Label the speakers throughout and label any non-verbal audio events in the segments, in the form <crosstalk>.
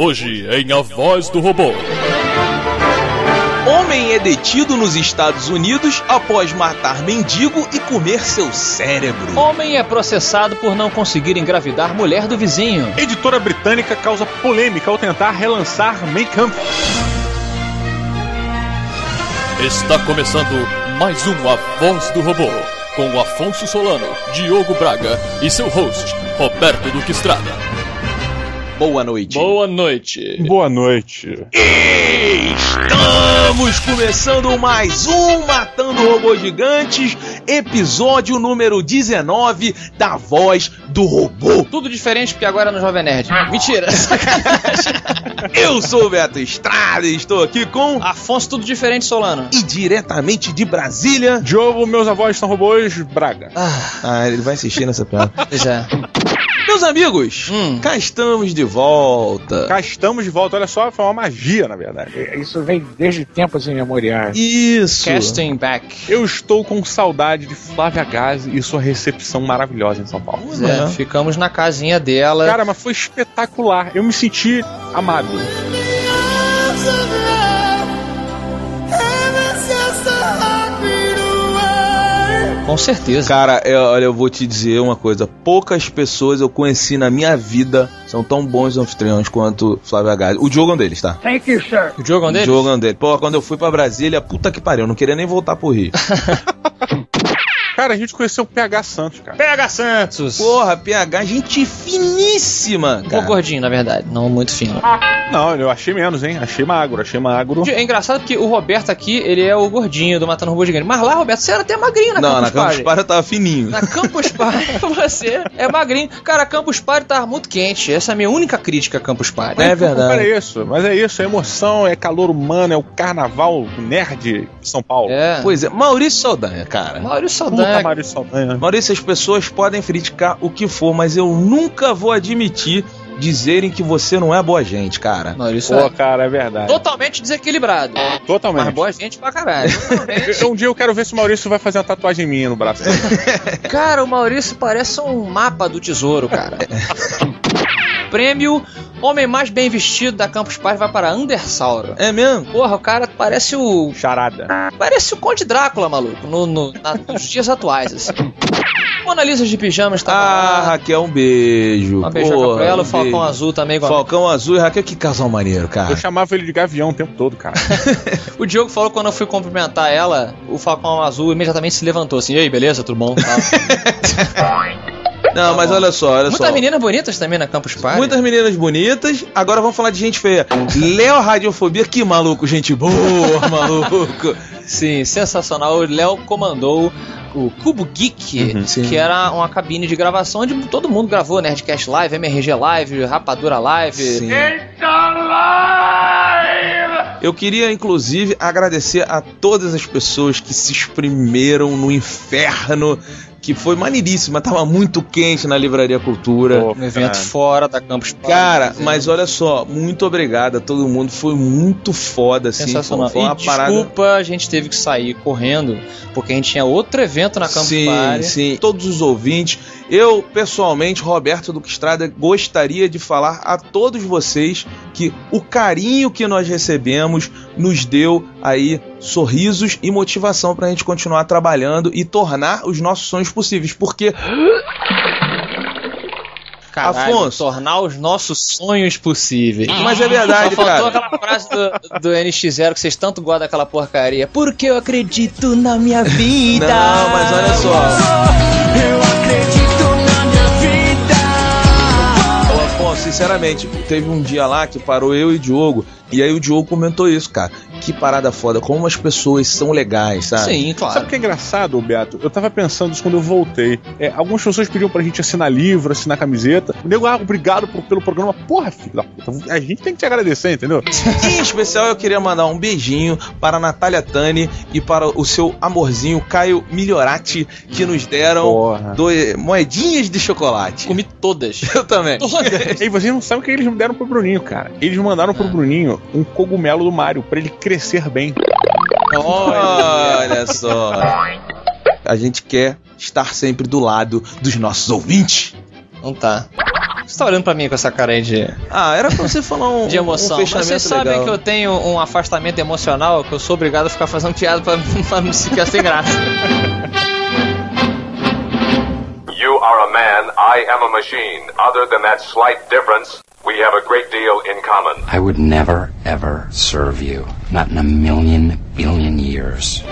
Speaker 1: Hoje, em A Voz do Robô.
Speaker 2: Homem é detido nos Estados Unidos após matar mendigo e comer seu cérebro.
Speaker 3: Homem é processado por não conseguir engravidar mulher do vizinho.
Speaker 4: Editora britânica causa polêmica ao tentar relançar Make Up.
Speaker 1: Está começando mais um A Voz do Robô. Com o Afonso Solano, Diogo Braga e seu host, Roberto Duque Estrada.
Speaker 2: Boa noite.
Speaker 3: Boa noite.
Speaker 4: Boa noite.
Speaker 2: Estamos começando mais um Matando Robôs Gigantes, episódio número 19 da Voz do Robô.
Speaker 3: Tudo diferente porque agora é no Jovem Nerd. <laughs> Mentira.
Speaker 2: Eu sou o Beto Estrada e estou aqui com
Speaker 3: Afonso, tudo diferente, Solano.
Speaker 2: e diretamente de Brasília.
Speaker 4: Diogo, meus avós são robôs, Braga.
Speaker 2: Ah, ele vai insistir nessa piada.
Speaker 3: Pois é.
Speaker 2: Meus amigos,
Speaker 3: Hum.
Speaker 2: cá estamos de volta.
Speaker 4: Cá estamos de volta, olha só, foi uma magia, na verdade.
Speaker 5: Isso vem desde tempos imemoriais.
Speaker 2: Isso.
Speaker 3: Casting back.
Speaker 4: Eu estou com saudade de Flávia Gazi e sua recepção maravilhosa em São Paulo.
Speaker 3: Pois é, ficamos na casinha dela.
Speaker 4: Cara, mas foi espetacular. Eu me senti amado.
Speaker 3: Com certeza.
Speaker 2: Cara, eu- olha, eu vou te dizer uma coisa. Poucas pessoas eu conheci na minha vida são tão bons anfitriões quanto Flávio Gás. O Diogo é um deles, tá?
Speaker 3: O jogo é um
Speaker 2: O
Speaker 3: deles?
Speaker 2: Diogo é um deles. Pô, quando eu fui pra Brasília, puta que pariu, eu não queria nem voltar pro <laughs> Rio.
Speaker 4: Cara, a gente conheceu o PH Santos, cara.
Speaker 3: Pega Santos.
Speaker 2: Porra, PH, gente finíssima,
Speaker 3: Um pouco
Speaker 2: cara.
Speaker 3: gordinho, na verdade. Não muito fino.
Speaker 4: Não, eu achei menos, hein? Achei magro, achei magro.
Speaker 3: É engraçado porque o Roberto aqui, ele é o gordinho do Matando Robô Gigante. Mas lá, Roberto, você era até magrinho na
Speaker 2: Não, É na
Speaker 3: Campus
Speaker 2: Campus
Speaker 3: Party.
Speaker 2: Party eu tava fininho.
Speaker 3: Na Campus Party, <laughs> você é magrinho. Cara, a Campus Party tava muito quente. Essa é a minha única crítica a Campus Party.
Speaker 2: É
Speaker 4: Cara,
Speaker 2: verdade.
Speaker 4: é isso, mas é isso, é emoção, é calor humano, é o carnaval nerd de São Paulo.
Speaker 3: É.
Speaker 2: Pois é, Maurício Saldanha, cara.
Speaker 3: Maurício
Speaker 4: Puta,
Speaker 3: Saldanha.
Speaker 4: Mário Saldanha.
Speaker 2: Maurício, as pessoas podem criticar o que for, mas eu nunca vou admitir dizerem que você não é boa gente, cara.
Speaker 3: Maurício
Speaker 4: Pô,
Speaker 3: é
Speaker 4: cara, é verdade.
Speaker 3: totalmente desequilibrado. Mas
Speaker 4: Totalmente.
Speaker 3: boa gente pra caralho. Totalmente.
Speaker 4: <laughs> Um dia eu quero ver se o Maurício vai fazer uma tatuagem minha no braço.
Speaker 3: <laughs> É. cara, o Maurício parece um mapa do tesouro, cara. <laughs> Prêmio Homem Mais Bem Vestido da Campus Party vai para Andersauro.
Speaker 2: É mesmo?
Speaker 3: Porra, o cara parece o
Speaker 4: Charada.
Speaker 3: Parece o Conde Drácula, maluco, no, no- na- nos dias atuais, <laughs> assim. Mona Lisa de pijamas tava
Speaker 2: Ah,
Speaker 3: lá.
Speaker 2: Raquel, um beijo.
Speaker 3: Tá Uma beijoca
Speaker 2: Porra,
Speaker 3: pra ela, o
Speaker 2: um
Speaker 3: Falcão
Speaker 2: beijo.
Speaker 3: Azul também. igual.
Speaker 2: Falcão Azul e Raquel, que casal maneiro,
Speaker 4: Eu
Speaker 2: cara.
Speaker 4: chamava ele de gavião o tempo todo, cara.
Speaker 3: O Diogo falou que quando eu fui cumprimentar ela, o Falcão Azul imediatamente se levantou assim, e aí, beleza, tudo bom? Tal. <laughs>
Speaker 2: Não, mas olha só, olha
Speaker 3: Muitas
Speaker 2: só.
Speaker 3: meninas bonitas também na Campus Party.
Speaker 2: Muitas meninas bonitas, agora vamos falar de gente feia. Léo Radiofobia, que maluco, gente boa, <laughs> maluco.
Speaker 3: Sim, sensacional. O Léo comandou o Cubo Geek,
Speaker 2: Uhum, sim.
Speaker 3: que era uma cabine de gravação onde todo mundo gravou Nerdcast Live, MRG Live, Rapadura Live.
Speaker 2: Sim. Eu queria, inclusive, agradecer a todas as pessoas que se exprimeram no inferno, que foi maneiríssima, tava muito quente na Livraria Cultura.
Speaker 4: Pô,
Speaker 3: Um evento
Speaker 4: cara.
Speaker 3: fora da Campus Party.
Speaker 2: Cara,
Speaker 3: Sim.
Speaker 2: mas olha só, muito obrigado a todo mundo, foi muito foda, assim.
Speaker 3: Sensacional.
Speaker 2: Foi foi uma
Speaker 3: e
Speaker 2: parada.
Speaker 3: desculpa, a gente teve que sair correndo, porque a gente tinha outro evento na Campus
Speaker 2: sim,
Speaker 3: Party.
Speaker 2: sim. Todos os ouvintes. Eu, pessoalmente, Roberto Duque Estrada, gostaria de falar a todos vocês que o carinho que nós recebemos nos deu aí sorrisos e motivação pra gente continuar trabalhando e tornar os nossos sonhos possíveis. Porque
Speaker 3: Caralho,
Speaker 2: Afonso.
Speaker 3: tornar os nossos sonhos possíveis.
Speaker 2: Mas é verdade,
Speaker 3: Só faltou
Speaker 2: cara.
Speaker 3: aquela frase do, do NX0 que vocês tanto gostam daquela porcaria. Porque eu acredito na minha vida.
Speaker 2: Não, mas olha só. Ô, Afonso, Sinceramente, teve um dia lá que parou eu e o Diogo, e aí o Diogo comentou isso, cara. Que parada foda, como as pessoas são legais, sabe?
Speaker 3: Sim,
Speaker 4: Sabe o
Speaker 3: claro.
Speaker 4: que é engraçado, Beto? Eu tava pensando isso quando eu voltei. É, algumas pessoas pediam pra gente assinar livro, assinar camiseta. O nego, ah, obrigado por- pelo programa. Porra, filho da puta. então A gente tem que te agradecer, entendeu?
Speaker 3: Então,
Speaker 2: Em especial, eu queria mandar um beijinho para a Natália Tani e para o seu amorzinho Caio Migliorati, que nos deram
Speaker 3: <laughs>
Speaker 4: Porra.
Speaker 2: dois moedinhas de chocolate.
Speaker 3: Comi <laughs> todas.
Speaker 2: Eu também.
Speaker 3: Todas.
Speaker 4: E vocês não sabem o que eles deram pro Bruninho, cara. Eles mandaram pro Bruninho um cogumelo do Mario pra ele crescer bem.
Speaker 2: Olha só. A gente quer estar sempre do lado dos nossos ouvintes.
Speaker 3: Não tá. Você tá olhando pra mim com essa cara aí de,
Speaker 2: Ah, era pra você falar um,
Speaker 3: de emoção.
Speaker 2: um
Speaker 3: Mas
Speaker 2: fechamento
Speaker 3: vocês sabem
Speaker 2: legal.
Speaker 3: que eu tenho um afastamento emocional que eu sou obrigado a ficar fazendo piada pra, pra não se ficar sem graça.
Speaker 6: You are a man, I am a machine. Other than that slight difference, we have a great deal in common.
Speaker 7: I would never, ever serve you. Not in a million, billion years.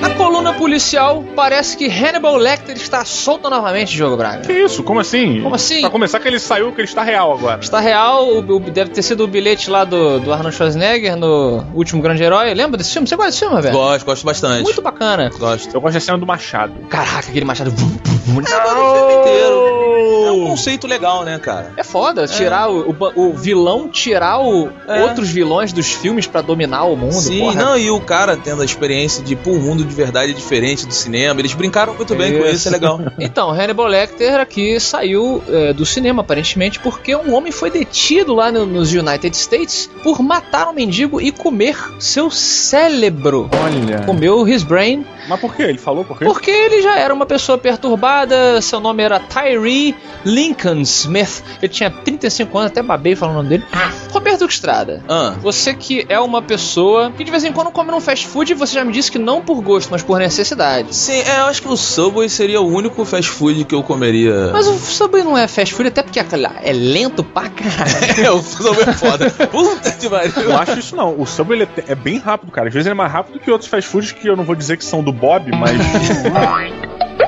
Speaker 3: Na coluna policial, parece que Hannibal Lecter está solto novamente, Diogo Braga.
Speaker 4: Que isso? Como assim?
Speaker 3: Como assim?
Speaker 4: Pra começar que ele saiu, que ele está real agora.
Speaker 3: Está real, o- o- deve ter sido o bilhete lá do, do Arnold Schwarzenegger no Último Grande Herói. Lembra desse filme? Você gosta desse filme, velho?
Speaker 2: Gosto, gosto bastante.
Speaker 3: Muito bacana.
Speaker 2: Gosto.
Speaker 4: Eu gosto da cena do Machado.
Speaker 3: Caraca, aquele machado.
Speaker 2: É, mas no filme inteiro. É um conceito legal, né, cara?
Speaker 3: É foda, tirar o, o ba- o vilão, tirar o-
Speaker 2: É.
Speaker 3: outros vilões dos filmes pra dominar o mundo.
Speaker 2: Sim,
Speaker 3: porra.
Speaker 2: não, e o cara tendo a experiência de, pô, o mundo de verdade é diferente do cinema. Eles brincaram muito bem com isso,
Speaker 3: Isso.
Speaker 2: é legal.
Speaker 3: Então, Hannibal Lecter aqui saiu eh, do cinema, aparentemente, porque um homem foi detido lá no- nos United States por matar um mendigo e comer seu cérebro.
Speaker 4: Olha.
Speaker 3: Comeu his brain,
Speaker 4: Mas por quê? Ele falou por quê?
Speaker 3: porque ele já era uma pessoa perturbada, seu nome era Tyree Lincoln Smith, ele tinha 35 anos, até babei falando o nome dele. Roberto Estrada,
Speaker 2: Ah,
Speaker 3: você que é uma pessoa que de vez em quando come num fast food, você já me disse que não por gosto, mas por necessidade.
Speaker 2: sim, é, eu acho que o Subway seria o único fast food que eu comeria.
Speaker 3: Mas o Subway não é fast food, até porque aquele lá é lento pra caralho.
Speaker 2: <laughs> É, o Subway é foda. Puta que pariu.
Speaker 4: Eu acho isso não. O samba ele é te- é bem rápido, cara. Às vezes ele é mais rápido que outros fast foods que eu não vou dizer que são do Bob, mas.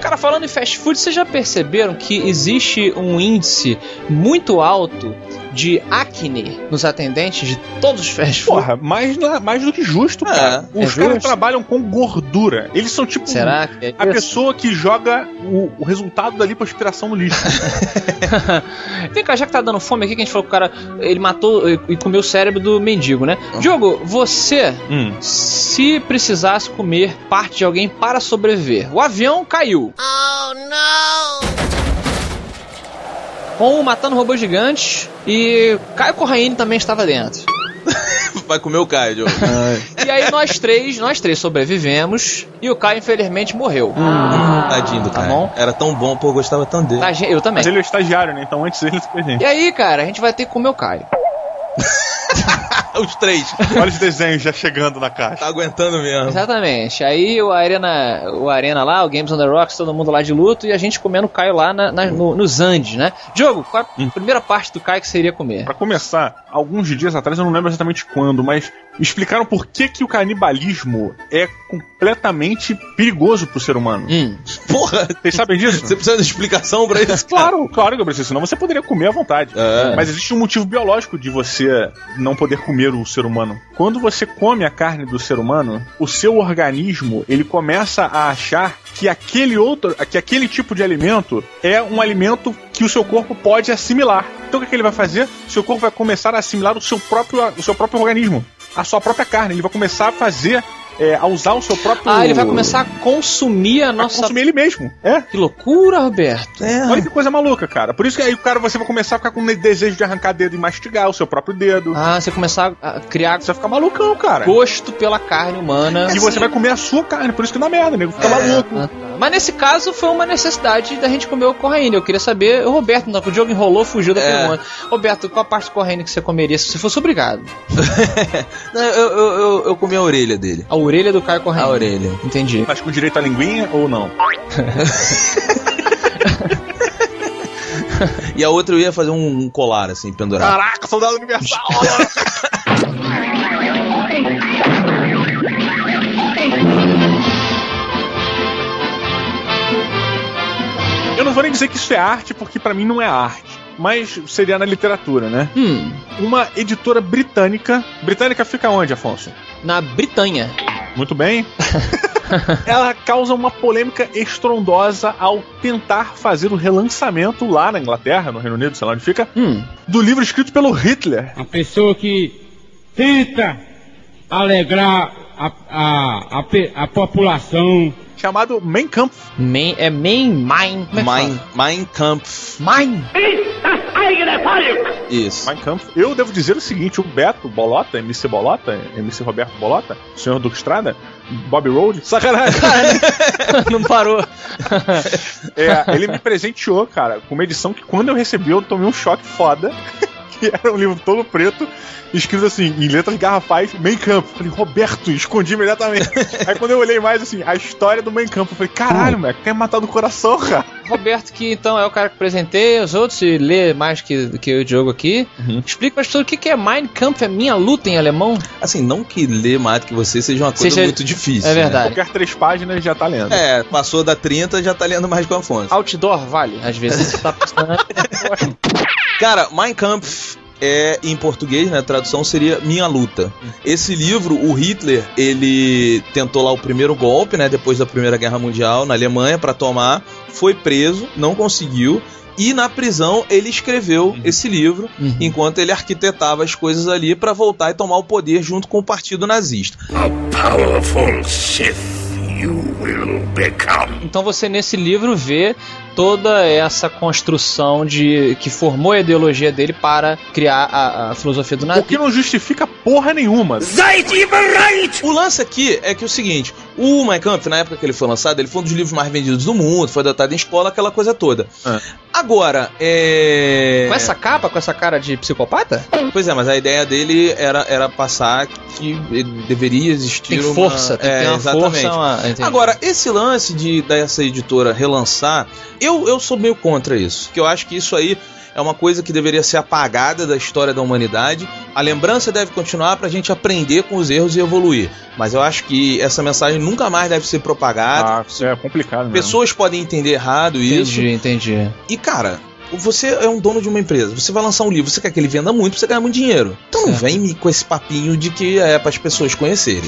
Speaker 3: Cara, falando em fast food, vocês já perceberam que existe um índice muito alto de acne nos atendentes de todos os fast food?
Speaker 4: Porra, mais, na- mais do que justo,
Speaker 2: É,
Speaker 4: cara.
Speaker 2: é
Speaker 4: Os caras
Speaker 5: justo.
Speaker 4: trabalham com gordura. Eles são tipo.
Speaker 3: Será que é
Speaker 4: A
Speaker 3: isso? <laughs>
Speaker 4: pessoa que joga o, o resultado da lipoaspiração no lixo.
Speaker 3: Vem cá, já que tá dando fome aqui, que a gente falou que o cara ele matou e e comeu o cérebro do mendigo, né? Diogo, você,
Speaker 4: Hum.
Speaker 3: se precisasse comer parte de alguém para sobreviver, o avião caiu. Oh, não! Com o Matando Robô Gigante e Caio Corraine também estava dentro.
Speaker 2: Vai comer o Caio, Diogo.
Speaker 3: E aí nós três, nós três sobrevivemos e o Caio infelizmente morreu.
Speaker 4: Ah.
Speaker 2: Tadinho do
Speaker 3: Tá
Speaker 2: Caio.
Speaker 3: bom.
Speaker 2: Era tão bom, pô, eu gostava tanto dele.
Speaker 3: A gen- Tá, Eu também.
Speaker 4: Mas ele é o estagiário, né? Então antes ele foi gente.
Speaker 3: E aí, cara, a gente vai ter que comer o Caio. Tá,
Speaker 2: Os três.
Speaker 4: Olha os desenhos já chegando na caixa.
Speaker 2: <laughs> Tá aguentando mesmo.
Speaker 3: Exatamente. Aí o Arena, o Arena lá, o Games on the Rocks, todo mundo lá de luto e a gente comendo Caio lá na- na- no- nos Andes, né? Diogo, qual
Speaker 4: Hum.
Speaker 3: a primeira parte do Caio que você iria comer?
Speaker 4: Pra começar, alguns dias atrás, eu não lembro exatamente quando, mas explicaram por que, que o canibalismo é completamente perigoso pro ser humano.
Speaker 3: Hum. <laughs>
Speaker 2: Porra,
Speaker 4: Vocês sabem
Speaker 2: <laughs>
Speaker 4: disso?
Speaker 2: você precisa de explicação pra isso?
Speaker 4: Claro, claro que eu preciso, senão você poderia comer à vontade.
Speaker 2: É.
Speaker 4: Mas existe um motivo biológico de você não poder comer o ser humano. Quando você come a carne do ser humano, o seu organismo ele começa a achar que aquele outro, que aquele tipo de alimento é um alimento que o seu corpo pode assimilar. Então o que, que ele vai fazer? Seu corpo vai começar a assimilar o seu próprio, o seu próprio organismo, a sua própria carne. Ele vai começar a fazer, é, a usar o seu próprio.
Speaker 3: Ah, ele vai começar a consumir a nossa. É.
Speaker 4: a consumir ele mesmo. É.
Speaker 3: Que loucura, Roberto.
Speaker 4: Olha que coisa maluca, cara. Por isso que aí o cara você vai começar a ficar com desejo de arrancar dedo e mastigar o seu próprio dedo.
Speaker 3: Ah, você começar a criar
Speaker 4: Você vai ficar malucão, cara.
Speaker 3: gosto pela carne humana.
Speaker 4: E você vai comer a sua carne, por isso que dá merda, nego. Fica maluco.
Speaker 3: Ah, tá. Mas nesse caso foi uma necessidade da gente comer o correine. Eu queria saber, o Roberto, não, que o Diogo enrolou, fugiu da
Speaker 2: É.
Speaker 3: pergunta. Roberto, qual a parte do correine que você comeria se você fosse obrigado?
Speaker 2: Não, eu, eu, eu, eu comi a orelha dele.
Speaker 3: A orelha do Caio Correine.
Speaker 2: A orelha.
Speaker 3: Entendi.
Speaker 4: Mas com direito à linguinha ou não?
Speaker 2: E a outra eu ia fazer um colar, assim, pendurado.
Speaker 4: Caraca, soldado universal! Eu não vou nem dizer que isso é arte, porque pra mim não é arte. Mas seria na literatura, né?
Speaker 3: Hum,
Speaker 4: Uma editora britânica. Britânica fica onde, Afonso?
Speaker 3: na Britanha.
Speaker 4: Muito <laughs> bem. Ela causa uma polêmica estrondosa ao tentar fazer o relançamento lá na Inglaterra, no Reino Unido, sei lá onde fica,
Speaker 3: Hum.
Speaker 4: do livro escrito pelo Hitler.
Speaker 8: A pessoa que tenta alegrar a, a, a, pe- a população
Speaker 4: chamado Mein Kampf.
Speaker 3: Main, é main, mine. Como é que
Speaker 2: Mein, Mein Kampf.
Speaker 3: fala? Mine.
Speaker 2: Isso.
Speaker 4: Mein Kampf. Eu devo dizer o seguinte: o Beto Bolota, MC Bolota, MC Roberto Bolota, senhor do Estrada, Bobby Road, sacanagem.
Speaker 3: Não parou.
Speaker 4: <laughs> É, ele me presenteou, cara, com uma edição que quando eu recebi eu tomei um choque foda. <laughs> Que era um livro todo preto, escrito assim, em letras garrafais, Main Camp. Falei, Roberto, escondi imediatamente. Aí quando eu olhei mais, assim, a história do Main Camp, eu falei, caralho, moleque, quer matar do coração, cara.
Speaker 3: Roberto, que então é o cara que presenteia os outros e lê mais que, que eu e o Diogo aqui.
Speaker 2: Uhum.
Speaker 3: Explica para as pessoas o que que é Mein Kampf, é minha luta em alemão.
Speaker 2: Assim, não que ler mais do que você seja uma coisa
Speaker 3: Seja-
Speaker 2: muito difícil.
Speaker 3: É verdade.
Speaker 4: Qualquer três páginas já tá lendo.
Speaker 2: Né? É, passou da 30, já tá lendo mais com o Afonso.
Speaker 3: Outdoor vale. Às vezes você tá pensando.
Speaker 2: Cara, Mein Kampf é em português, né? A tradução seria Minha Luta. Esse livro, o Hitler, ele tentou lá o primeiro golpe, né? Depois da Primeira Guerra Mundial na Alemanha pra tomar, foi preso, não conseguiu. E na prisão ele escreveu esse livro enquanto ele arquitetava as coisas ali pra voltar e tomar o poder junto com o partido nazista.
Speaker 9: Powerful Sith you will become.
Speaker 3: Então você nesse livro vê toda essa construção de que formou a ideologia dele para criar a, a filosofia do
Speaker 4: O
Speaker 3: nazismo.
Speaker 4: que não justifica porra nenhuma.
Speaker 9: Seid ihr bereit?
Speaker 2: O lance aqui é que é o seguinte: o Mein Kampf, na época que ele foi lançado, ele foi um dos livros mais vendidos do mundo, foi adotado em escola, aquela coisa toda.
Speaker 4: Ah.
Speaker 2: Agora, é.
Speaker 3: Com essa capa, com essa cara de psicopata?
Speaker 2: Pois é, mas a ideia dele era, era passar que ele deveria existir
Speaker 3: Tem
Speaker 2: uma-
Speaker 3: força, tem,
Speaker 2: é,
Speaker 3: tem uma
Speaker 2: exatamente.
Speaker 3: força. Uma... entendi.
Speaker 2: Agora, esse lance de dessa editora relançar, eu, eu sou meio contra isso. Porque eu acho que isso aí é uma coisa que deveria ser apagada da história da humanidade. A lembrança deve continuar pra gente aprender com os erros e evoluir. Mas eu acho que essa mensagem nunca mais deve ser propagada.
Speaker 4: Ah, isso é complicado mesmo.
Speaker 2: Pessoas podem entender errado isso.
Speaker 3: entendi, entendi.
Speaker 2: E, cara, você é um dono de uma empresa, você vai lançar um livro, você quer que ele venda muito pra você ganhar muito dinheiro. Então não
Speaker 3: Certo.
Speaker 2: vem me com esse papinho de que é para as pessoas conhecerem.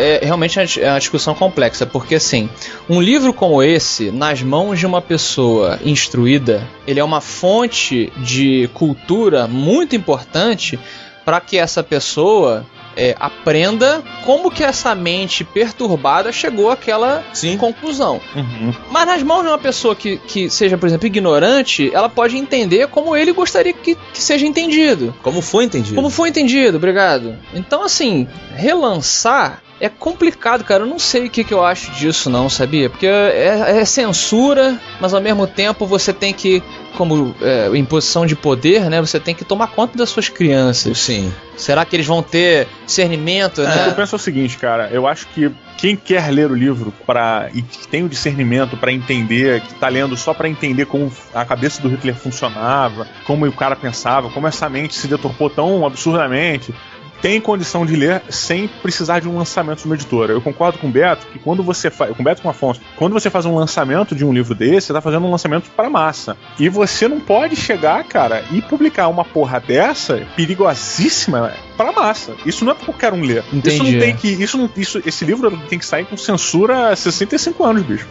Speaker 3: É realmente é uma di- é uma discussão complexa, porque assim, um livro como esse, nas mãos de uma pessoa instruída, ele é uma fonte de cultura muito importante para que essa pessoa é, aprenda como que essa mente perturbada chegou àquela
Speaker 2: Sim.
Speaker 3: conclusão.
Speaker 4: Uhum.
Speaker 3: Mas nas mãos de uma pessoa que, que seja, por exemplo, ignorante, ela pode entender como ele gostaria que- que seja entendido.
Speaker 2: Como foi entendido?
Speaker 3: Como foi entendido, obrigado. Então, assim, relançar é complicado, cara. Eu não sei o que, que eu acho disso, não, sabia? Porque é, é censura, mas ao mesmo tempo você tem que, como é, imposição de poder, né? Você tem que tomar conta das suas crianças.
Speaker 2: Sim.
Speaker 3: Será que eles vão ter discernimento,
Speaker 4: O que eu
Speaker 3: né?
Speaker 4: penso é o seguinte, cara, eu acho que quem quer ler o livro para e que tem o discernimento para entender, que tá lendo só para entender como a cabeça do Hitler funcionava, como o cara pensava, como essa mente se deturpou tão absurdamente, tem condição de ler sem precisar de um lançamento de uma editora. Eu concordo com o Beto que quando você faz, com o Beto e com o Afonso, quando você faz um lançamento de um livro desse, você tá fazendo um lançamento para massa. E você não pode chegar, cara, e publicar uma porra dessa perigosíssima pra massa. Isso não é pra qualquer um ler. Isso
Speaker 3: Entendi.
Speaker 4: não tem que, isso não, isso esse livro tem que sair com censura há 65 anos, bicho.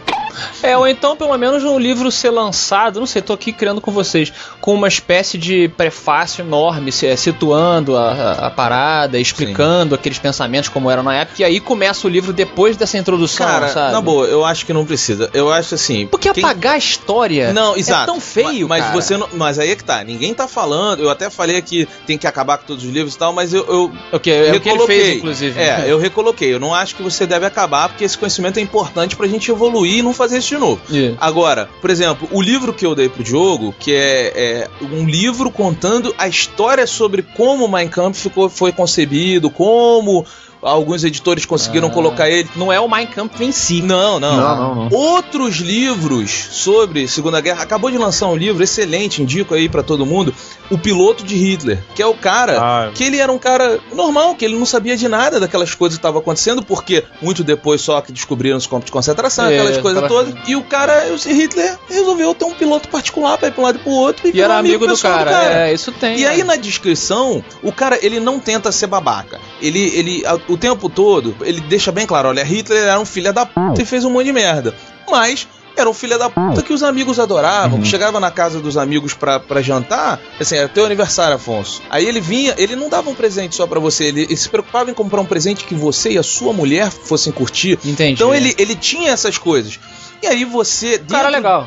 Speaker 3: É, ou então, pelo menos, um livro ser lançado, não sei, tô aqui criando com vocês, com uma espécie de prefácio enorme, se- é, situando a, a- a parada, explicando aqueles pensamentos como eram na época, e aí começa o livro depois dessa introdução,
Speaker 2: Cara,
Speaker 3: sabe?
Speaker 2: na boa, eu acho que não precisa. Eu acho assim.
Speaker 3: Porque
Speaker 2: quem-
Speaker 3: apagar a história
Speaker 2: Não, exato.
Speaker 3: é tão feio,
Speaker 2: mas,
Speaker 3: cara.
Speaker 2: mas você não, mas aí é que tá. Ninguém tá falando. Eu até falei que tem que acabar com todos os livros e tal, mas eu, eu
Speaker 3: O que, é o que ele
Speaker 2: recoloquei.
Speaker 3: fez, inclusive. <laughs>
Speaker 2: É, eu recoloquei. Eu não acho que você deve acabar, porque esse conhecimento é importante pra gente evoluir e não fazer isso de novo.
Speaker 3: É.
Speaker 2: Agora, por exemplo, o livro que eu dei pro Diogo, que é, é um livro contando a história sobre como o Mein Kampf ficou, foi concebido, como alguns editores conseguiram
Speaker 3: Ah.
Speaker 2: colocar ele.
Speaker 3: Não é o Mein Kampf em si.
Speaker 2: Não, não.
Speaker 4: não, não.
Speaker 2: Outros livros sobre Segunda Guerra. Acabou de lançar um livro excelente, indico aí pra todo mundo, O Piloto de Hitler, que é o cara
Speaker 4: Ah,
Speaker 2: que ele era um cara normal, que ele não sabia de nada daquelas coisas que estavam acontecendo, porque muito depois só que descobriram os campos de concentração,
Speaker 3: É,
Speaker 2: aquelas coisas
Speaker 3: pra-
Speaker 2: todas. E o cara, o Hitler, resolveu ter um piloto particular pra ir pra um lado e pro outro.
Speaker 3: E
Speaker 2: virou
Speaker 3: era amigo do
Speaker 2: pessoal
Speaker 3: cara. É, isso tem.
Speaker 2: E aí
Speaker 3: né?
Speaker 2: na descrição, o cara, ele não tenta ser babaca. Ele, ele, a- o tempo todo, ele deixa bem claro, olha, Hitler era um filho da puta e fez um monte de merda. Mas... Era um filho da puta que os amigos adoravam, que chegava na casa dos amigos pra, pra jantar, assim, era teu aniversário, Afonso. Aí ele vinha, ele não dava um presente só pra você, ele, ele se preocupava em comprar um presente que você e a sua mulher fossem curtir.
Speaker 3: Entendi. é.
Speaker 2: Então ele, ele tinha essas coisas. E aí você,
Speaker 3: Cara
Speaker 2: dentro
Speaker 3: legal.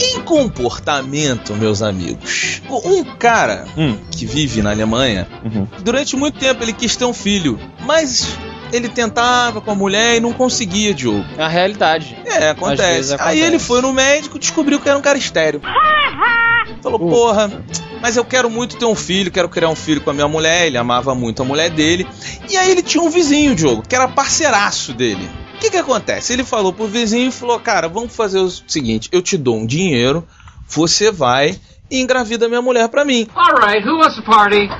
Speaker 2: Em comportamento, meus amigos. Um cara
Speaker 4: Hum.
Speaker 2: que vive na Alemanha,
Speaker 4: Uhum.
Speaker 2: durante muito tempo ele quis ter um filho, mas ele tentava com a mulher e não conseguia, Diogo.
Speaker 3: É a realidade.
Speaker 2: É,
Speaker 3: Às vezes
Speaker 2: acontece.
Speaker 3: acontece.
Speaker 2: Aí ele foi no médico, descobriu que era um cara estéreo. Falou, porra, mas eu quero muito ter um filho, quero criar um filho com a minha mulher. Ele amava muito a mulher dele. E aí ele tinha um vizinho, Diogo, que era parceiraço dele. O que que acontece? Ele falou pro vizinho e falou, cara, vamos fazer o seguinte, eu te dou um dinheiro, você vai e engravida minha mulher pra mim.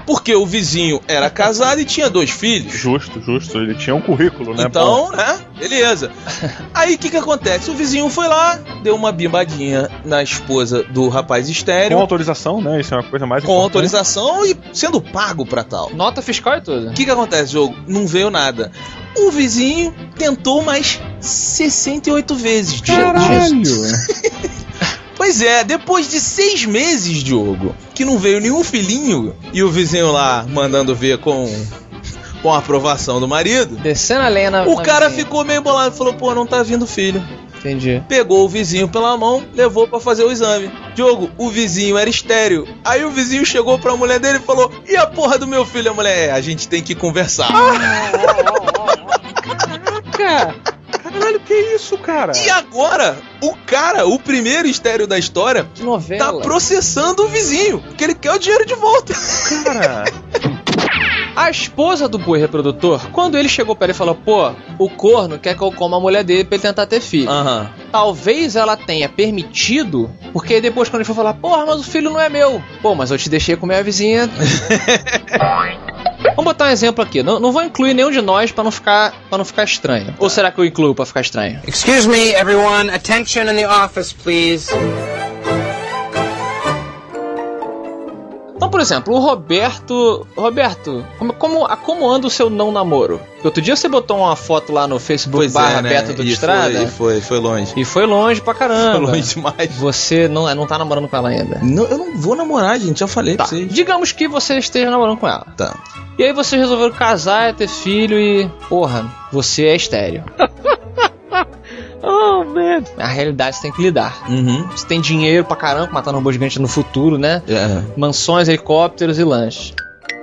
Speaker 2: Porque o vizinho era casado e tinha dois filhos.
Speaker 4: Justo, justo. Ele tinha um currículo, né?
Speaker 2: Então, né? Beleza.
Speaker 4: <laughs>
Speaker 2: Aí o que que acontece? O vizinho foi lá, deu uma bimbadinha na esposa do rapaz
Speaker 4: Com né?
Speaker 2: estéreo,
Speaker 4: autorização, né? Isso é uma coisa mais
Speaker 2: com
Speaker 4: importante.
Speaker 2: autorização e sendo pago pra tal.
Speaker 3: Nota fiscal e tudo.
Speaker 2: O que que acontece, jogo? Não veio nada. O vizinho tentou mais 68 vezes, Diogo. Pois é, depois de seis meses, Diogo, que não veio nenhum filhinho, e o vizinho lá mandando ver com, com a aprovação do marido,
Speaker 3: Descendo a lenha na.
Speaker 2: o
Speaker 3: na
Speaker 2: cara
Speaker 3: vizinha.
Speaker 2: ficou meio bolado, falou, pô, não tá vindo filho.
Speaker 3: Entendi.
Speaker 2: pegou o vizinho pela mão, levou pra fazer o exame. Diogo, o vizinho era estéreo. Aí o vizinho chegou pra mulher dele e falou: E a porra do meu filho? A mulher, é, a gente tem que conversar.
Speaker 3: Cara,
Speaker 4: Caralho, que isso, cara?
Speaker 2: E agora, o cara, o primeiro estéreo da história,
Speaker 3: que
Speaker 2: tá
Speaker 3: novela.
Speaker 2: processando o vizinho, porque ele quer o dinheiro de volta.
Speaker 4: Cara,
Speaker 3: A esposa do boi reprodutor, quando ele chegou pra ele e falou: pô, o corno quer que eu coma a mulher dele pra ele tentar ter filho.
Speaker 2: Aham.
Speaker 3: Talvez ela tenha permitido, porque depois quando ele for falar, porra, mas o filho não é meu. Pô, mas eu te deixei comer a <laughs> vizinha. Vamos botar um exemplo aqui. Não, não vou incluir nenhum de nós pra não ficar para não ficar estranho. Ou será que eu incluo pra ficar estranho?
Speaker 9: Excuse me, everyone. Attention in the office, please.
Speaker 3: Então, por exemplo, o Roberto. Roberto, como, como, a- como anda o seu não namoro? Porque Outro dia você botou uma foto lá no Facebook barra Beto do
Speaker 2: é, né? E
Speaker 3: Estrada.
Speaker 2: Foi, e foi, foi longe.
Speaker 3: E foi longe pra
Speaker 2: Foi
Speaker 3: caramba.
Speaker 2: longe demais.
Speaker 3: Você não, não tá namorando com ela ainda.
Speaker 2: Não, eu não vou namorar, gente, já falei
Speaker 3: Tá.
Speaker 2: pra vocês.
Speaker 3: Digamos que você esteja namorando com ela.
Speaker 2: Tá.
Speaker 3: E aí vocês resolveram casar, é ter filho e. Porra, você é estéreo. oh, man. A realidade você tem que lidar.
Speaker 2: Uhum.
Speaker 3: Você tem dinheiro pra caramba, matando robô gigante no futuro, né?
Speaker 2: É.
Speaker 3: Mansões, helicópteros e lanches.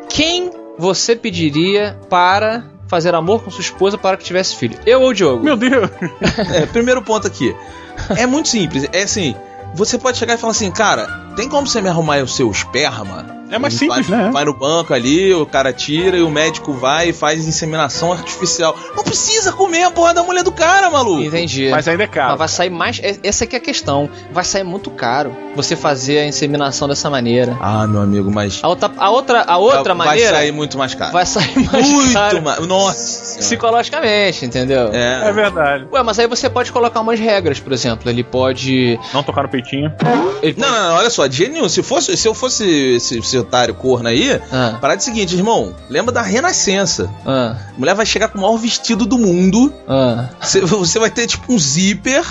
Speaker 3: Quem você pediria para fazer amor com sua esposa para que tivesse filho? Eu ou o Diogo?
Speaker 4: meu Deus.
Speaker 2: É, primeiro ponto aqui. É muito simples. É assim, você pode chegar e falar assim, cara, tem como você me arrumar o seu esperma?
Speaker 4: É mais
Speaker 2: Ele
Speaker 4: simples,
Speaker 2: vai,
Speaker 4: né?
Speaker 2: Vai no banco ali, o cara tira e o médico vai e faz inseminação artificial. Não precisa comer a porra da mulher do cara, maluco.
Speaker 3: Entendi.
Speaker 4: Mas ainda é caro.
Speaker 3: Mas vai sair mais. é- Essa aqui é a questão. Vai sair muito caro você fazer a inseminação dessa maneira.
Speaker 2: Ah, meu amigo, mas
Speaker 3: A outra, a outra, a outra
Speaker 2: vai
Speaker 3: maneira
Speaker 2: sair muito mais caro.
Speaker 3: vai sair mais
Speaker 2: muito
Speaker 3: caro
Speaker 2: mais. Nossa. Senhora.
Speaker 3: psicologicamente, entendeu?
Speaker 4: É
Speaker 2: É.
Speaker 4: verdade.
Speaker 3: Ué, mas aí você pode colocar umas regras, por exemplo. Ele pode.
Speaker 4: Não tocar no peitinho.
Speaker 3: Ele
Speaker 2: Não,
Speaker 3: pode-
Speaker 2: não, não, olha só, de jeito nenhum. Se, fosse, se eu fosse esse, esse otário corno aí,
Speaker 3: Ah,
Speaker 2: parada é o seguinte, irmão. Lembra da Renascença.
Speaker 3: ah,
Speaker 2: A mulher vai chegar com o maior vestido do mundo.
Speaker 3: ah.
Speaker 2: Você, você vai ter tipo um zíper.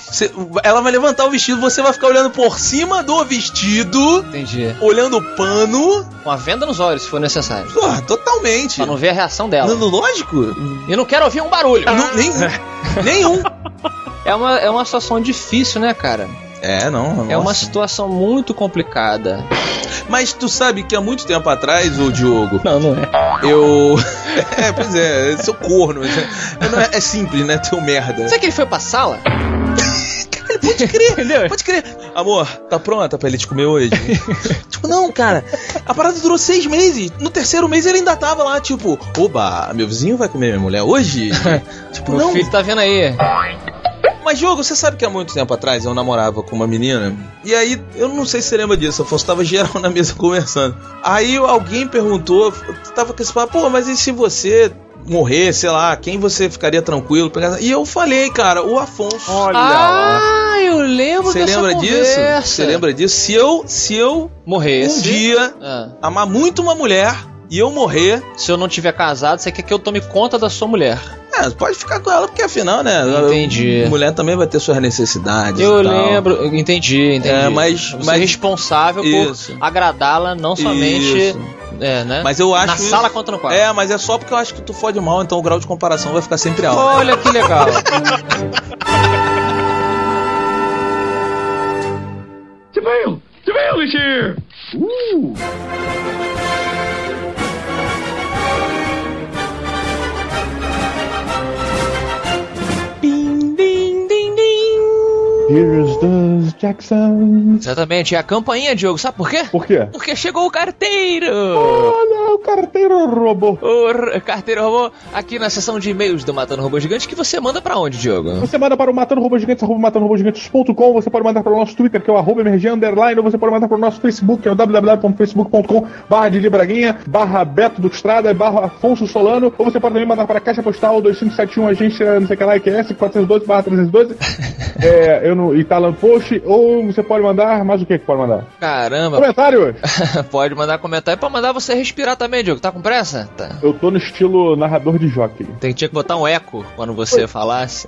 Speaker 2: Você- ela vai levantar o vestido, você vai ficar olhando por cima do vestido,
Speaker 3: Entendi.
Speaker 2: olhando o pano.
Speaker 3: Uma venda nos olhos, se for necessário.
Speaker 2: Pô, totalmente.
Speaker 3: Pra não ver a reação dela.
Speaker 2: Não, não, lógico.
Speaker 3: E não quero ouvir um barulho.
Speaker 2: Não, nenhum. nenhum.
Speaker 3: É uma, é uma situação difícil, né, cara?
Speaker 2: É, não.
Speaker 3: É uma
Speaker 2: nossa.
Speaker 3: situação muito complicada.
Speaker 2: Mas tu sabe que há muito tempo atrás, ô Diogo,
Speaker 3: Não, não é.
Speaker 2: eu. <laughs> é, pois é, seu corno. né? Eu não- É, é simples, né? Teu merda.
Speaker 3: Será que ele foi pra sala?
Speaker 2: Caralho, <laughs> pode crer, pode crer. Amor, tá pronta pra ele te comer
Speaker 3: <laughs>
Speaker 2: hoje? tipo, não, cara. A parada durou seis meses. No terceiro mês ele ainda tava lá, tipo, oba, meu vizinho vai comer minha mulher
Speaker 3: <laughs>
Speaker 2: hoje? tipo,
Speaker 3: Meu
Speaker 2: não.
Speaker 3: filho tá vendo aí.
Speaker 2: Mas, jogo, você sabe que há muito tempo atrás eu namorava com uma menina. E aí, eu não sei se você lembra disso, Afonso. Tava geral na mesa <laughs> conversando. Aí alguém perguntou, tava com esse papo, pô, mas e se você morrer, sei lá, quem você ficaria tranquilo? E eu falei, cara, o Afonso.
Speaker 4: Olha lá.
Speaker 3: Ah, eu lembro
Speaker 2: Você
Speaker 3: dessa
Speaker 2: lembra disso?
Speaker 3: conversa.
Speaker 2: Você lembra disso? Se eu, se eu
Speaker 3: Morresse.
Speaker 2: um dia
Speaker 3: Ah,
Speaker 2: amar muito uma mulher e eu morrer,
Speaker 3: se eu não tiver casado, você quer que eu tome conta da sua mulher.
Speaker 2: É, pode ficar com ela, porque afinal, né?
Speaker 3: Entendi.
Speaker 2: A mulher também vai ter suas necessidades.
Speaker 3: Eu
Speaker 2: e tal.
Speaker 3: lembro, eu entendi, entendi.
Speaker 2: É, mas-
Speaker 3: Você
Speaker 2: mas-
Speaker 3: é responsável
Speaker 2: Isso.
Speaker 3: por agradá-la, não somente
Speaker 2: Isso.
Speaker 3: é, né?
Speaker 2: Mas eu acho.
Speaker 3: na sala contra no quarto.
Speaker 2: É, mas é só porque eu acho que tu fode mal, então o grau de comparação vai ficar sempre alto.
Speaker 3: Olha que legal. Uh!
Speaker 4: Here's the Jackson.
Speaker 3: Exatamente, é a campainha, Diogo. Sabe por quê?
Speaker 4: Por quê?
Speaker 3: Porque chegou o carteiro! Oh!
Speaker 4: Olha, o um carteiro roubou.
Speaker 3: O r- carteiro robô aqui na sessão de e-mails do Matando Robô Gigante que você manda pra onde, Diogo?
Speaker 4: Você manda para o Matando Robô Gigantes, arroba matandorobogigantes.com, você pode mandar para o nosso Twitter, que é o arroba emergente, underline, ou você pode mandar para o nosso Facebook, que é o www.facebook.com barra de Libraguinha, barra Beto do Estrada, barra Afonso Solano, ou você pode também mandar para a Caixa Postal 2571 agência, não sei o que lá, que é S, 412 barra <laughs> 312, é, eu no Italan Post, ou você pode mandar, mais o que que pode mandar?
Speaker 3: Caramba, <laughs>
Speaker 4: Comentário!
Speaker 3: pode mandar comentário pra mandar você respirar também, Diogo. Tá com pressa? Tá.
Speaker 4: Eu tô no estilo narrador de jockey.
Speaker 3: Tem, tinha que botar um eco quando você
Speaker 4: <laughs>
Speaker 3: falasse.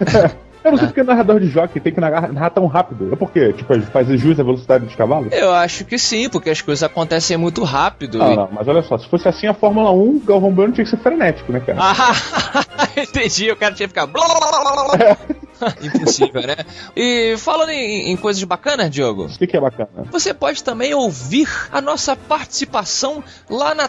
Speaker 4: Eu não
Speaker 3: Ah.
Speaker 4: sei porque narrador de jockey tem que narrar, narrar tão rápido. É porque, tipo, faz jus à velocidade dos cavalos?
Speaker 3: Eu acho que sim, porque as coisas acontecem muito rápido.
Speaker 4: Não,
Speaker 3: e-
Speaker 4: Ah, não, mas olha só, se fosse assim a Fórmula 1, Galvão Bueno tinha que ser frenético, né, cara?
Speaker 3: <laughs> Ah, entendi, o cara tinha que ficar. blá, blá, blá, blá, blá, blá. <laughs> Impossível, né? E falando em, em coisas bacanas, Diogo,
Speaker 4: Isso que é bacana.
Speaker 3: você pode também ouvir a nossa participação lá na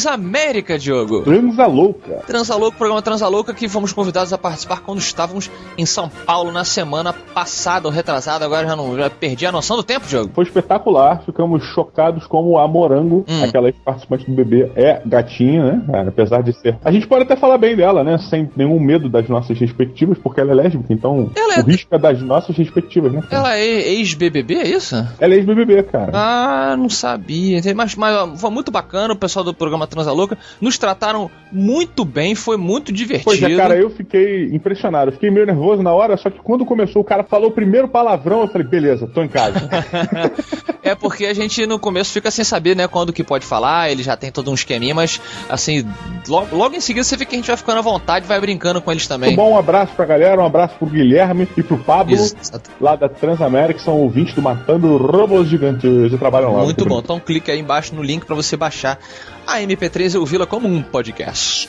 Speaker 3: Transamérica, Diogo.
Speaker 4: Transa louca.
Speaker 3: Transalouca, programa Transalouca, que fomos convidados a participar quando estávamos em São Paulo na semana passada ou retrasada. Agora já não já perdi a noção do tempo, Diogo.
Speaker 4: Foi espetacular, ficamos chocados como a Morango,
Speaker 3: Hum.
Speaker 4: aquela ex-participante do bebê, é gatinha, né? cara? Apesar de ser. A gente pode até falar bem dela, né? Sem nenhum medo das nossas respectivas, porque ela é lésbica, então
Speaker 3: Ela é-
Speaker 4: o risco é das nossas respectivas, né? cara?
Speaker 3: Ela é ex-BBB, é isso?
Speaker 4: Ela é ex-BBB, cara.
Speaker 3: Ah, não sabia. Entendi. Mas, mas ó, foi muito bacana o pessoal do programa Transa Louca. Nos trataram muito bem, foi muito divertido.
Speaker 4: Pois é, cara, eu fiquei impressionado. Eu fiquei meio nervoso na hora, só que quando começou, o cara falou o primeiro palavrão, eu falei, beleza, tô em casa.
Speaker 3: <laughs> É porque a gente no começo fica sem saber, né, quando que pode falar, ele já tem todo um esqueminha, mas assim, logo, logo em seguida você vê que a gente vai ficando à vontade, vai brincando com eles também.
Speaker 4: Muito bom, um abraço pra galera, um abraço pro Guilherme e pro Pablo,
Speaker 3: Exato.
Speaker 4: lá da Transamérica, que são ouvintes do Matando Robôs Gigantes e trabalham lá.
Speaker 3: Muito bom. Então clique aí embaixo no link pra você baixar a MP3 e ouvi-la como um podcast.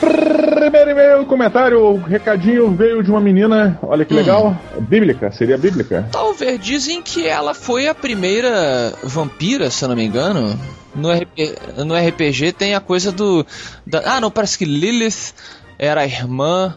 Speaker 4: Primeiro e-mail, comentário, o recadinho veio de uma menina, olha
Speaker 3: Hum.
Speaker 4: que legal, bíblica, seria bíblica.
Speaker 3: Talvez dizem que ela foi a primeira vampira, se eu não me engano. No, RP no RPG tem a coisa do. da- ah, não, parece que Lilith era a irmã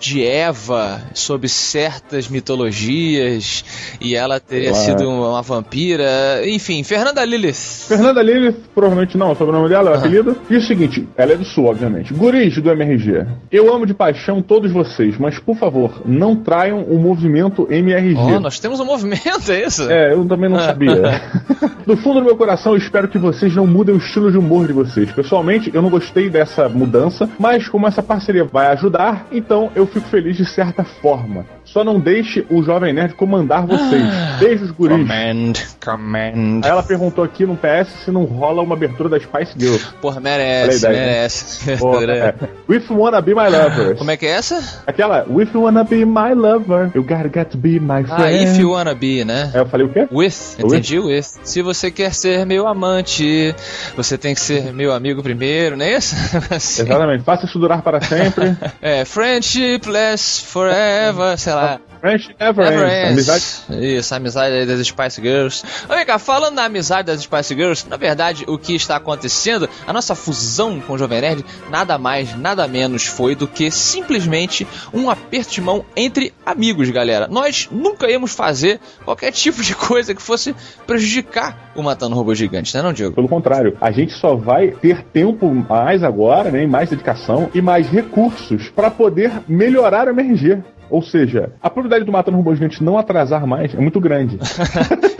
Speaker 3: de Eva, sob certas mitologias, e ela teria
Speaker 4: Ué.
Speaker 3: sido uma, uma vampira. Enfim, Fernanda Lilith.
Speaker 4: Fernanda Lilith, provavelmente não, o sobrenome dela, é o apelido. E o seguinte, ela é do Sul, obviamente. Guris do MRG, eu amo de paixão todos vocês, mas por favor, não traiam o movimento MRG.
Speaker 3: Ó, nós temos um movimento, é isso?
Speaker 4: É, eu também não sabia.
Speaker 3: <laughs>
Speaker 4: do fundo do meu coração, eu espero que vocês não mudem o estilo de humor de vocês. Pessoalmente, eu não gostei dessa mudança, mas como essa parceria vai ajudar, então eu fico feliz de certa forma. Só não deixe o Jovem Nerd comandar vocês.
Speaker 3: Ah.
Speaker 4: Beijos, guris.
Speaker 3: Command, command.
Speaker 4: Aí ela perguntou aqui no PS se não rola uma abertura da Spice Girl.
Speaker 3: É, Porra, merece,
Speaker 4: Playback, né?
Speaker 3: merece. <laughs> Né?
Speaker 4: Porra, é. If you wanna be my <laughs> lover.
Speaker 3: Como é que é essa?
Speaker 4: Aquela, if you wanna be my lover, you gotta get to be my friend.
Speaker 3: Ah, if you wanna be, né?
Speaker 4: Aí eu falei É o quê?
Speaker 3: With, entendi with. Se você quer ser meu amante, você tem que ser meu amigo primeiro, não é isso? <laughs> Assim.
Speaker 4: Exatamente, faça isso durar para <laughs> sempre.
Speaker 3: É, friendship lasts forever, sei lá.
Speaker 4: Friendship never
Speaker 3: Never
Speaker 4: ends.
Speaker 3: ends.
Speaker 4: Amizade
Speaker 3: Isso, a amizade aí das Spice Girls. Ô, Vem cá, falando da amizade das Spice Girls, na verdade, o que está acontecendo, a nossa fusão com o Jovem Nerd, nada mais, nada menos foi do que simplesmente um aperto de mão entre amigos, galera. Nós nunca íamos fazer qualquer tipo de coisa que fosse prejudicar o Matando Robô Gigante, né, não, Diego?
Speaker 4: Pelo contrário, a gente só vai ter tempo mais agora, né, e mais dedicação e mais recursos para poder melhorar o MRG. Ou seja, a probabilidade do Matando Robô Gigante não atrasar mais é muito <laughs> grande.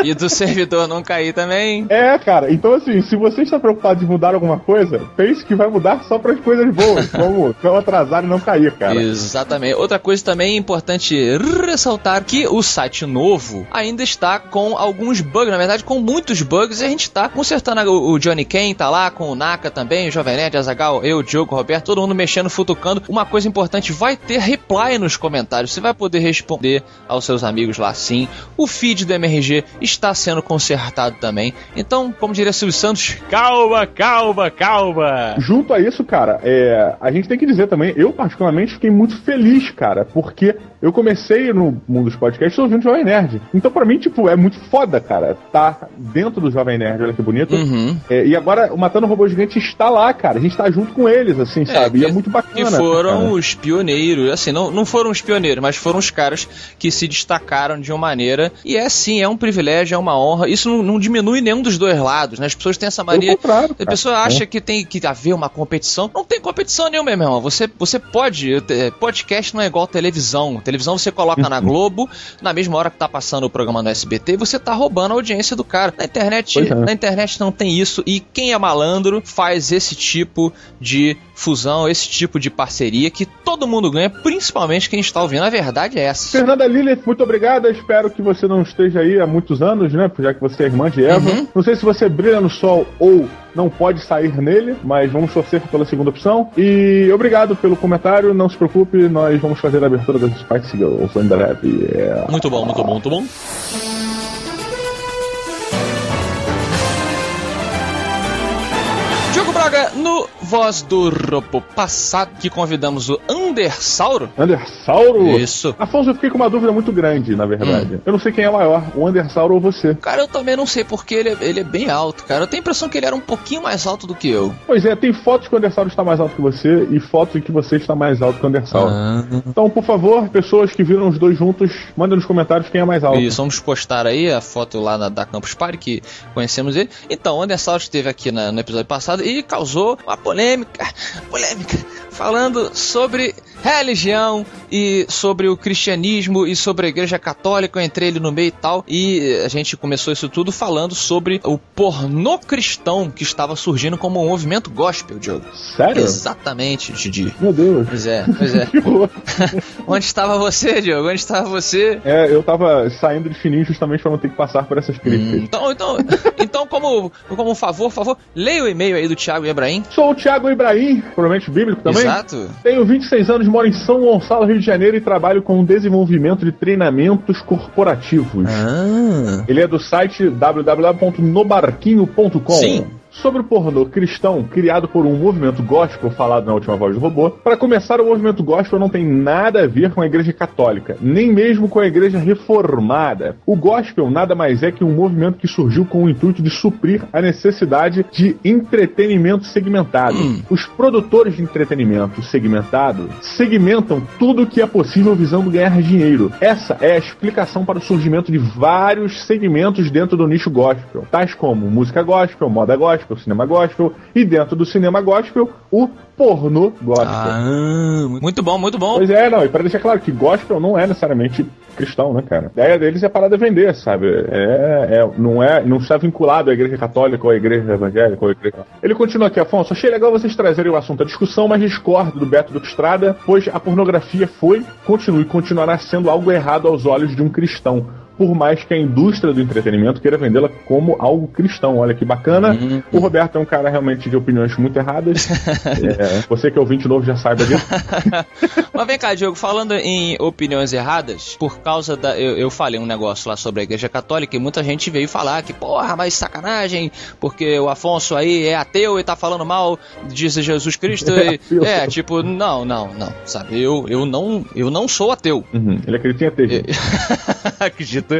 Speaker 2: e
Speaker 3: <laughs>
Speaker 2: do servidor não cair também.
Speaker 4: É, cara. Então, assim, se você está preocupado em mudar alguma coisa, pense que vai mudar só para as coisas boas, como não atrasar e não cair, cara.
Speaker 2: Exatamente. Outra coisa também importante ressaltar que o site novo ainda está com alguns
Speaker 3: né?
Speaker 2: bugs, na verdade, com muitos bugs, e a gente está consertando. O Johnny Ken tá lá, com o Naka também, o Jovem Nerd, Azagal, eu, Diogo, Roberto, todo mundo mexendo, futucando. Uma coisa importante, vai ter reply nos comentários. Você vai poder responder aos seus amigos lá sim. O feed do MRG está sendo consertado também. Então, como diria Silvio Santos, calma, calma, calma.
Speaker 4: Junto a isso, cara, é, a gente tem que dizer também, eu particularmente fiquei muito feliz, cara, porque eu comecei no mundo dos podcasts ouvindo o Jovem Nerd. Então, para mim, tipo, é muito foda, cara, tá dentro do Jovem Nerd, olha que bonito.
Speaker 2: Uhum.
Speaker 4: É, e agora, o Matando o Robô Gigante está lá, cara, a gente tá junto com eles, assim, sabe? e
Speaker 2: que-
Speaker 4: é muito bacana.
Speaker 2: Que foram
Speaker 4: cara.
Speaker 2: os pioneiros, assim, não, não foram os pioneiros, mas foram os caras que se destacaram de uma maneira. E é sim, é um privilégio, é uma honra. Isso não, não diminui nenhum dos dois lados, né? As pessoas têm essa
Speaker 4: Pelo
Speaker 2: mania.
Speaker 4: contrário,
Speaker 2: A
Speaker 4: cara.
Speaker 2: pessoa acha que tem que haver uma competição. Não tem competição nenhuma, meu irmão. Você, você pode. eh, Podcast não é igual televisão. Televisão você coloca
Speaker 4: Uhum.
Speaker 2: na Globo, na mesma hora que tá passando o programa no SBT, você tá roubando a audiência do cara. Na internet,
Speaker 4: Pois é.
Speaker 2: na internet não tem isso. E quem é malandro faz esse tipo de fusão, esse tipo de parceria que todo mundo ganha, principalmente quem está ouvindo. A verdade é essa.
Speaker 4: Fernanda Lilith, muito obrigado. Eu Espero que você não esteja aí há muitos anos, né? Já que você é irmã de Eva.
Speaker 2: Uhum.
Speaker 4: Não sei se você brilha no sol ou não pode sair nele, mas vamos torcer pela segunda opção. E obrigado pelo comentário. Não se preocupe, nós vamos fazer a abertura das Spice Girls in the Rap. Yeah.
Speaker 10: Muito bom, muito bom, muito bom.
Speaker 2: Diogo Braga, no Voz do Ropo passado, que convidamos o Andersauro.
Speaker 4: Andersauro?
Speaker 2: Isso. Hum.
Speaker 4: Afonso, eu fiquei com uma dúvida muito grande, na verdade. Eu não sei quem é maior, o Andersauro ou você.
Speaker 2: Cara, eu também não sei porque ele, é- ele é bem alto, cara. Eu tenho a impressão que ele era um pouquinho mais alto do que eu.
Speaker 4: Pois é, tem fotos que o Andersauro está mais alto que você e fotos em que você está mais alto que o Andersauro.
Speaker 2: Ah.
Speaker 4: Então, por favor, pessoas que viram os dois juntos, mandem nos comentários quem é mais alto.
Speaker 2: Isso, vamos postar aí a foto lá na- da Campus Party, que conhecemos ele. Então, o Andersauro esteve aqui na- no episódio passado e causou uma polêmica, polêmica, falando sobre religião e sobre o cristianismo e sobre a igreja católica. Eu entrei ele no meio e tal. E a gente começou isso tudo falando sobre o pornô cristão que estava surgindo como um movimento gospel, Diogo.
Speaker 4: Sério?
Speaker 2: Exatamente, Didi.
Speaker 4: Meu Deus.
Speaker 2: Pois é, pois é.
Speaker 4: <laughs> Que horror.
Speaker 2: <laughs> Onde estava você, Diogo? Onde estava você?
Speaker 4: É, eu tava saindo de fininho justamente pra não ter que passar por essas críticas.
Speaker 2: Então, então, então como, como favor, favor, leia o e-mail aí do Thiago Ibrahim.
Speaker 4: Sou o Thiago Ibrahim, provavelmente bíblico também.
Speaker 2: Exato.
Speaker 4: Tenho 26 anos, moro em São Gonçalo, Rio de Janeiro e trabalho com desenvolvimento de treinamentos corporativos.
Speaker 2: Ah.
Speaker 4: Ele é do site www.nobarquinho.com.
Speaker 2: Sim.
Speaker 4: Sobre o pornô cristão criado por um movimento gospel falado na última voz do robô. Para começar, o movimento gospel não tem nada a ver com a igreja católica, nem mesmo com a igreja reformada. O gospel nada mais é que um movimento que surgiu com o intuito de suprir a necessidade de entretenimento segmentado. Os produtores de entretenimento segmentado segmentam tudo o que é possível visando ganhar dinheiro. Essa é a explicação para o surgimento de vários segmentos dentro do nicho gospel, tais como música gospel, moda gospel, cinema gospel e dentro do cinema gospel, o porno gospel.
Speaker 2: Ah, muito bom, muito bom.
Speaker 4: Pois é, não, e pra deixar claro que gospel não é necessariamente cristão, né, cara? A ideia deles é parar de vender, sabe? É, é- não, é, não está vinculado à igreja católica ou à igreja evangélica ou à igreja... Ele continua aqui, Afonso, achei legal vocês trazerem o assunto à discussão, mas discordo do Beto Duque Estrada, pois a pornografia foi, continua e continuará sendo algo errado aos olhos de um cristão. Por mais que a indústria do entretenimento queira vendê-la como algo cristão. Olha que bacana. O Roberto é um cara realmente de opiniões muito erradas. É, você que é ouvinte novo já saiba disso.
Speaker 2: Mas vem cá, Diogo, falando em opiniões erradas, por causa da. Eu, eu falei um negócio lá sobre a Igreja Católica e muita gente veio falar que, porra, mas sacanagem, porque o Afonso aí é ateu e tá falando mal, diz Jesus Cristo.
Speaker 4: É
Speaker 2: e-
Speaker 4: ateu.
Speaker 2: é, tipo, não, não, não, sabe? Eu, eu, não, eu não sou ateu.
Speaker 4: Uhum, Ele acredita em ateísmo.
Speaker 2: É, <laughs> acredito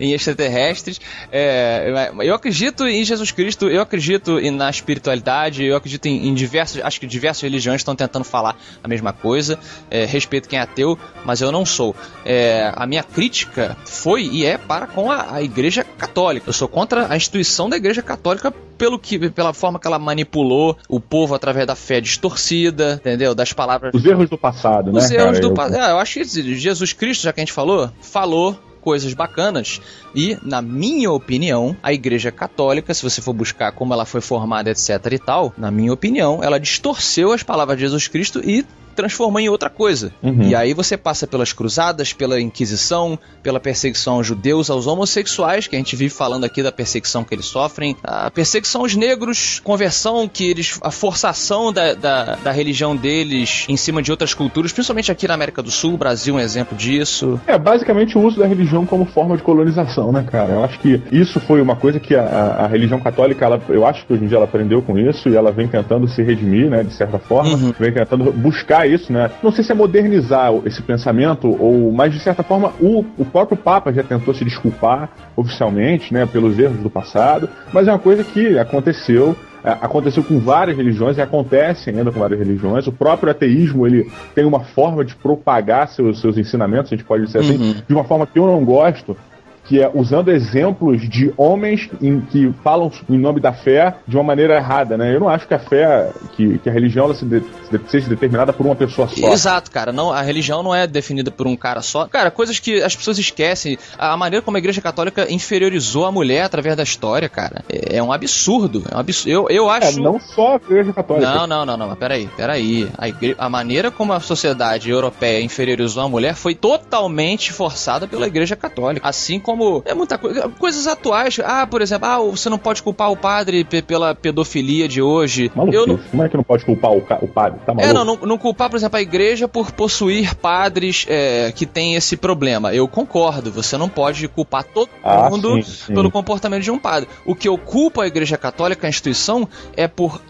Speaker 2: em extraterrestres. É, eu acredito em Jesus Cristo, eu acredito em- na espiritualidade, eu acredito em, em diversas. Acho que diversas religiões estão tentando falar a mesma coisa. É, respeito quem é ateu, mas eu não sou. É, a minha crítica foi e é para com a, a Igreja Católica. Eu sou contra a instituição da Igreja Católica pelo que, pela forma que ela manipulou o povo através da fé distorcida, entendeu? Das palavras.
Speaker 4: Os erros do passado,
Speaker 2: Os
Speaker 4: né?
Speaker 2: erros
Speaker 4: cara?
Speaker 2: do
Speaker 4: Eu-
Speaker 2: passado. É, eu acho que Jesus Cristo, já que a gente falou, falou coisas bacanas e na minha opinião a igreja católica se você for buscar como ela foi formada etc e tal na minha opinião ela distorceu as palavras de Jesus Cristo e transformou em outra coisa
Speaker 4: Uhum.
Speaker 2: e aí você passa pelas cruzadas pela inquisição pela perseguição aos judeus aos homossexuais que a gente vive falando aqui da perseguição que eles sofrem a perseguição aos negros conversão que eles a forçação da, da, da religião deles em cima de outras culturas principalmente aqui na América do Sul o Brasil é um exemplo disso
Speaker 4: É basicamente o uso da religião como forma de colonização, né, cara? Eu acho que isso foi uma coisa que a, a- a religião católica, ela- eu acho que hoje em dia ela aprendeu com isso e ela vem tentando se redimir, né, de certa forma,
Speaker 2: Uhum.
Speaker 4: vem tentando buscar isso, né? Não sei se é modernizar o- esse pensamento ou, mas de certa forma o, o próprio Papa já tentou se desculpar oficialmente, né, pelos erros do passado, mas é uma coisa que aconteceu a- É, aconteceu com várias religiões e acontece ainda com várias religiões. O próprio ateísmo ele tem uma forma de propagar seus, seus ensinamentos, a gente pode dizer assim,
Speaker 2: Uhum.
Speaker 4: de uma forma que eu não gosto, que é usando exemplos de homens em que falam em nome da fé de uma maneira errada, né? Eu não acho que a fé, que, que a religião ela se de- se de- seja determinada por uma pessoa só.
Speaker 2: Exato, cara. Não, a religião não é definida por um cara só. Cara, coisas que as pessoas esquecem. A maneira como a igreja católica inferiorizou a mulher através da história, cara. É, é um absurdo. É um absurdo. Eu, eu acho.
Speaker 4: É, não só a igreja católica.
Speaker 2: Não, não, não, não, mas peraí, peraí. A, igre- a maneira como a sociedade europeia inferiorizou a mulher foi totalmente forçada pela igreja católica. Assim como é muita coisa. Coisas atuais. Ah, por exemplo, ah, você não pode culpar o padre pe- pela pedofilia de hoje.
Speaker 4: Maluco,
Speaker 2: eu não,
Speaker 4: como é que não pode culpar o, ca- o padre? Tá maluco?
Speaker 2: é, não, não, não culpar, por exemplo, a igreja por possuir padres é, que tem esse problema. Eu concordo, você não pode culpar todo
Speaker 4: Ah,
Speaker 2: mundo
Speaker 4: sim, sim.
Speaker 2: pelo comportamento de um padre. O que eu culpo a igreja católica, a instituição, é por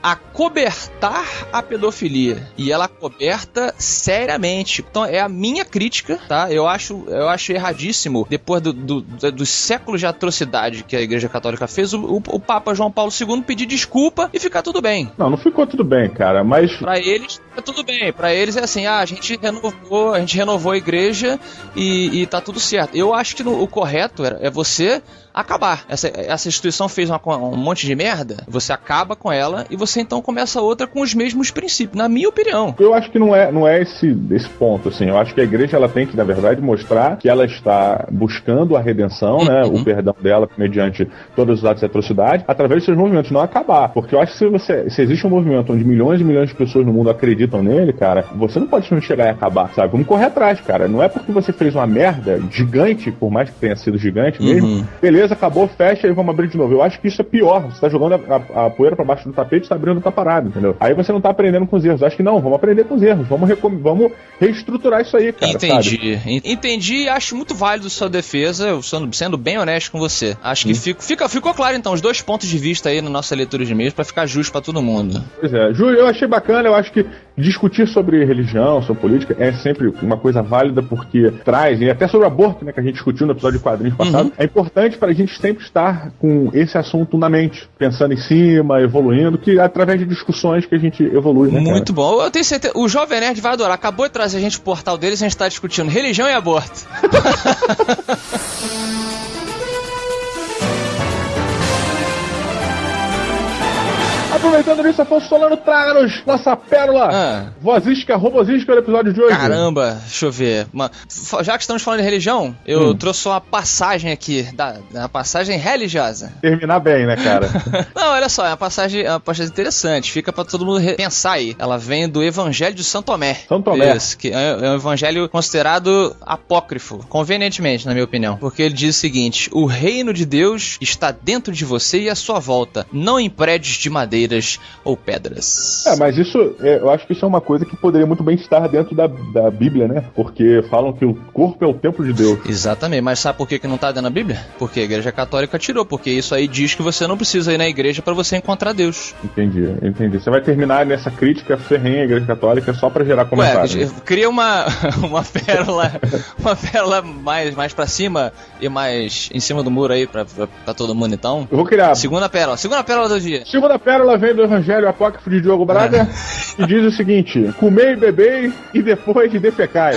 Speaker 2: acobertar a pedofilia. E ela acoberta seriamente. Então é a minha crítica, tá? Eu acho, eu acho erradíssimo, depois do- do- do- dos séculos de atrocidade que a igreja católica fez, o, o- o Papa João Paulo II pedir desculpa e ficar tudo bem.
Speaker 4: Não, não ficou tudo bem, cara, mas
Speaker 2: Pra eles, tá tudo bem. Pra eles é assim, ah, a gente renovou, a gente renovou a igreja e, e tá tudo certo. Eu acho que no- o correto era- é você acabar. Essa, essa instituição fez uma co- um monte de merda, você acaba com ela e você então começa outra com os mesmos princípios, na minha opinião.
Speaker 4: Eu acho que não é, não é esse, esse ponto, assim. Eu acho que a igreja ela tem que, na verdade, mostrar que ela está buscando a redenção, né? O perdão dela mediante todos os atos de atrocidade, através dos seus movimentos, não acabar. Porque eu acho que se, você, se existe um movimento onde milhões e milhões de pessoas no mundo acreditam nele, cara, você não pode simplesmente chegar e acabar, sabe? Vamos correr atrás, cara. Não é porque você fez uma merda gigante, por mais que tenha sido gigante mesmo, beleza, acabou, fecha e vamos abrir de novo. Eu acho que isso é pior. Você tá jogando a, a- a poeira pra baixo do tapete, tá abrindo, tá parado, entendeu? Aí você não tá aprendendo com os erros. Eu acho que não, vamos aprender com os erros, vamos, recom- vamos reestruturar isso aí, cara. sabe?
Speaker 2: Entendi. En- Entendi e acho muito válido sua defesa, eu sendo, sendo bem honesto com você. Acho que fico- fica, ficou claro, então, os dois pontos de vista aí na nossa leitura de e-mails pra ficar justo pra todo mundo.
Speaker 4: Pois é, Júlio, eu achei bacana, eu acho que discutir sobre religião, sobre política, é sempre uma coisa válida porque traz, e até sobre o aborto, né, que a gente discutiu no episódio de quadrinhos
Speaker 2: Uhum.
Speaker 4: passado, é importante para a gente sempre estar com esse assunto na mente, pensando em cima, evoluindo, que é através de discussões que a gente evolui, né, cara?
Speaker 2: Muito bom. Eu tenho certeza. O Jovem Nerd vai adorar. Acabou de trazer a gente pro portal deles e a gente tá discutindo religião e aborto.
Speaker 4: Aproveitando isso, Afonso Solano, traga-nos nossa pérola
Speaker 2: Ah.
Speaker 4: vozística, robosística do episódio de hoje.
Speaker 2: Caramba, deixa eu ver. Ma- fa- Já que estamos falando de religião, eu trouxe só uma passagem aqui, da, da passagem religiosa.
Speaker 4: Terminar bem, né,
Speaker 2: <laughs>
Speaker 4: cara?
Speaker 2: Não, olha só, é uma passagem, é uma passagem interessante, fica pra todo mundo re- pensar aí. Ela vem do Evangelho de São Tomé.
Speaker 4: São Tomé.
Speaker 2: Isso, que é é um evangelho considerado apócrifo, convenientemente, na minha opinião. Porque ele diz o seguinte: o reino de Deus está dentro de você e à sua volta, não em prédios de madeiras ou pedras.
Speaker 4: É, mas isso, é, eu acho que isso é uma coisa que poderia muito bem estar dentro da, da Bíblia, né? Porque falam que o corpo é o templo de Deus.
Speaker 2: Exatamente, mas sabe por que, que não tá dentro da Bíblia? Porque a igreja católica tirou, porque isso aí diz que você não precisa ir na igreja pra você encontrar Deus.
Speaker 4: Entendi, entendi. Você vai terminar nessa crítica ferrenha à Igreja Católica só pra gerar
Speaker 2: Ué,
Speaker 4: comentário. né?
Speaker 2: cria uma, <laughs> uma pérola, uma pérola mais, mais pra cima e mais em cima do muro aí pra, pra, pra todo mundo então.
Speaker 4: Eu vou criar.
Speaker 2: Segunda pérola, segunda pérola do dia.
Speaker 4: Segunda pérola vem do Evangelho Apócrifo de Diogo Braga e diz o seguinte: comei, bebei e depois defecai.